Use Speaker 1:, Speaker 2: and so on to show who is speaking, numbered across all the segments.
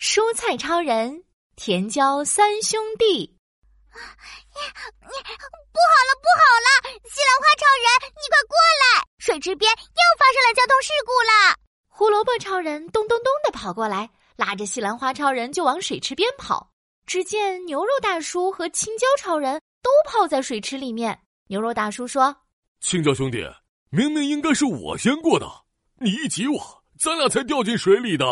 Speaker 1: 蔬菜超人、甜椒三兄弟。
Speaker 2: 哎不好了，哎不好了！西兰花超人，你快过来！水池边又发生了交通事故了。
Speaker 1: 胡萝卜超人咚咚咚的跑过来，拉着西兰花超人就往水池边跑。只见牛肉大叔和青椒超人都泡在水池里面。牛肉大叔说
Speaker 3: 青椒兄弟，明明应该是我先过的，你一挤我，咱俩才掉进水里的。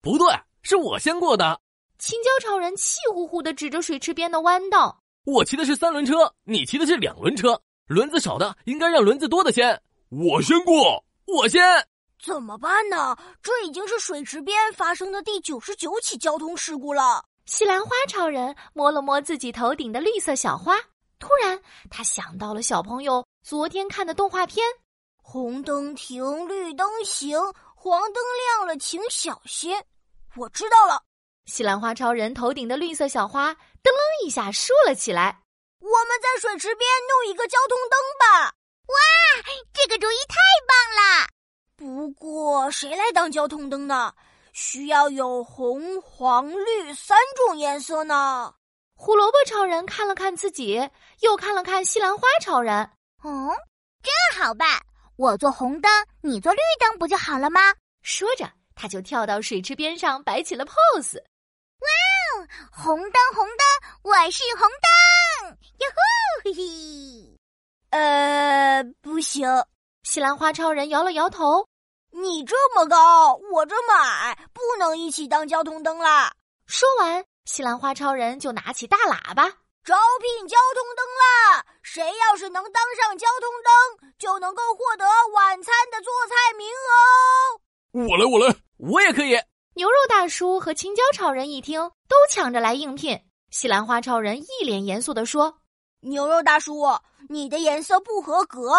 Speaker 4: 不对，是我先过的。：“
Speaker 1: 青椒超人气呼呼的指着水池边的弯道。
Speaker 4: 我骑的是三轮车，你骑的是两轮车。轮子少的应该让轮子多的先，
Speaker 3: 我先过，
Speaker 4: 我先。
Speaker 2: 怎么办呢？这已经是水池边发生的第九十九起交通事故了。”
Speaker 1: 西兰花超人摸了摸自己头顶的绿色小花，突然他想到了小朋友昨天看的动画片。
Speaker 2: 红灯停，绿灯行，黄灯亮了，请小心。我知道了，
Speaker 1: 西兰花超人头顶的绿色小花噔楞一下竖了起来。
Speaker 2: 我们在水池边弄一个交通灯吧。哇，这个主意太棒了！不过，谁来当交通灯呢？需要有红、黄、绿三种颜色呢。
Speaker 1: 胡萝卜超人看了看自己，又看了看西兰花超人。
Speaker 5: 嗯，这样好办，我做红灯，你做绿灯不就好了吗？
Speaker 1: 说着，他就跳到水池边上，摆起了 pose。
Speaker 5: 红灯，红灯，我是红灯，哟呼，嘿嘿。
Speaker 2: 呃，不行，
Speaker 1: 西兰花超人摇了摇头。
Speaker 2: 你这么高，我这么矮，不能一起当交通灯啦！
Speaker 1: 说完，西兰花超人就拿起大喇叭。
Speaker 2: 招聘交通灯啦！谁要是能当上交通灯，就能够获得晚餐的做菜名额哦。
Speaker 3: 我来，我来。
Speaker 4: 我也可以。
Speaker 1: 牛肉大叔和青椒超人一听，都抢着来应聘。西兰花超人一脸严肃地说
Speaker 2: 牛肉大叔，你的颜色不合格，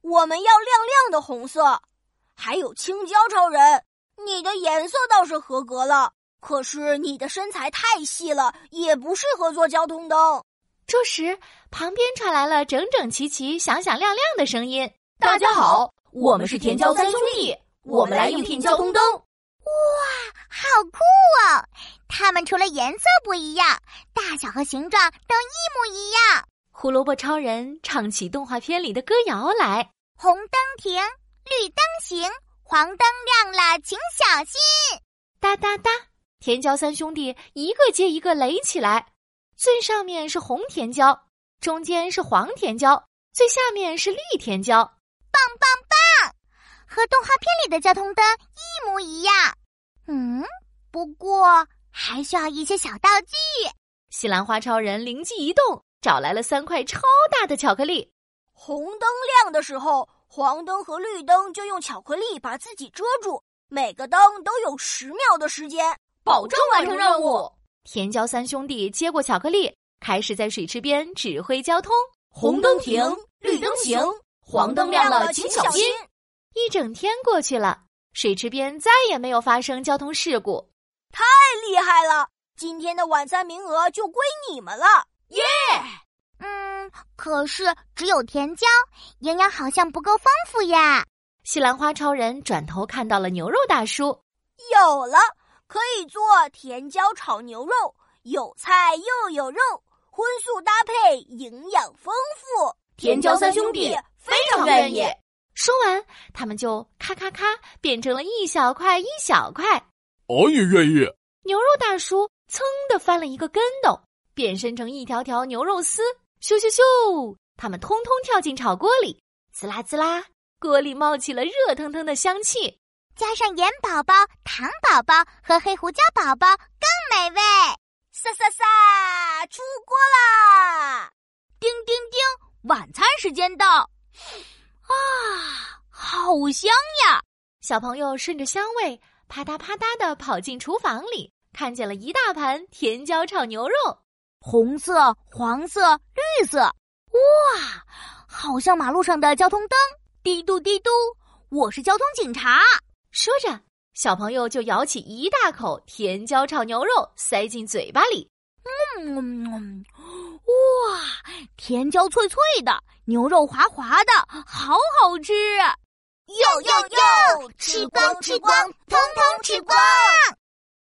Speaker 2: 我们要亮亮的红色。还有青椒超人，你的颜色倒是合格了，可是你的身材太细了，也不适合做交通灯。：“
Speaker 1: 这时，旁边传来了整整齐齐、响响亮亮的声音。
Speaker 2: 大家好，
Speaker 1: 我们是甜椒三兄弟，我们来应聘交通灯。”
Speaker 5: 好酷哦！它们除了颜色不一样，大小和形状都一模一样。
Speaker 1: 胡萝卜超人唱起动画片里的歌谣来。
Speaker 5: 红灯停，绿灯行，黄灯亮了，请小心。
Speaker 1: 哒哒哒，甜椒三兄弟一个接一个垒起来，最上面是红甜椒，中间是黄甜椒，最下面是绿甜椒。
Speaker 5: 和动画片里的交通灯一模一样。嗯，不过还需要一些小道具。
Speaker 1: 西兰花超人灵机一动，找来了三块超大的巧克力。
Speaker 2: 红灯亮的时候，黄灯和绿灯就用巧克力把自己遮住，每个灯都有十秒的时间，保啊证完成任务。
Speaker 1: 甜椒三兄弟接过巧克力，开始在水池边指挥交通。
Speaker 2: 红灯停，绿灯行，黄灯亮了请小心。
Speaker 1: 一整天过去了，水池边再也没有发生交通事故。
Speaker 2: 太厉害了！今天的晚餐名额就归你们了。
Speaker 5: 嗯，可是只有甜椒，营养好像不够丰富呀。
Speaker 1: 西兰花超人转头看到了牛肉大叔，
Speaker 2: 有了，可以做甜椒炒牛肉，有菜又有肉，荤素搭配，营养丰富。
Speaker 1: 甜椒三兄弟
Speaker 2: 非常愿
Speaker 1: 意。说完，他们就咔咔咔变成了一小块一小块。
Speaker 3: 俺也哦愿意。
Speaker 1: 牛肉大叔噌的翻了一个跟斗，变身成一条条牛肉丝，咻咻咻，他们通通跳进炒锅里，滋啦滋啦，锅里冒起了热腾腾的香气。
Speaker 5: 加上盐宝宝、糖宝宝和黑胡椒宝宝更美味。
Speaker 2: 撒撒撒，出锅啦！叮叮叮，晚餐时间到！啊，好香呀！
Speaker 1: 小朋友顺着香味啪嗒啪嗒的跑进厨房里，看见了一大盘甜椒炒牛肉。
Speaker 5: 红色、黄色、绿色，哇，好像马路上的交通灯。滴嘟滴嘟，我是交通警察。
Speaker 1: 说着，小朋友就舀起一大口甜椒炒牛肉，塞进嘴巴里。
Speaker 5: 嗯，嗯哇，甜椒脆脆的，牛肉滑滑的，好好吃啊！
Speaker 2: 哟哟哟，
Speaker 5: 吃光吃光通通吃光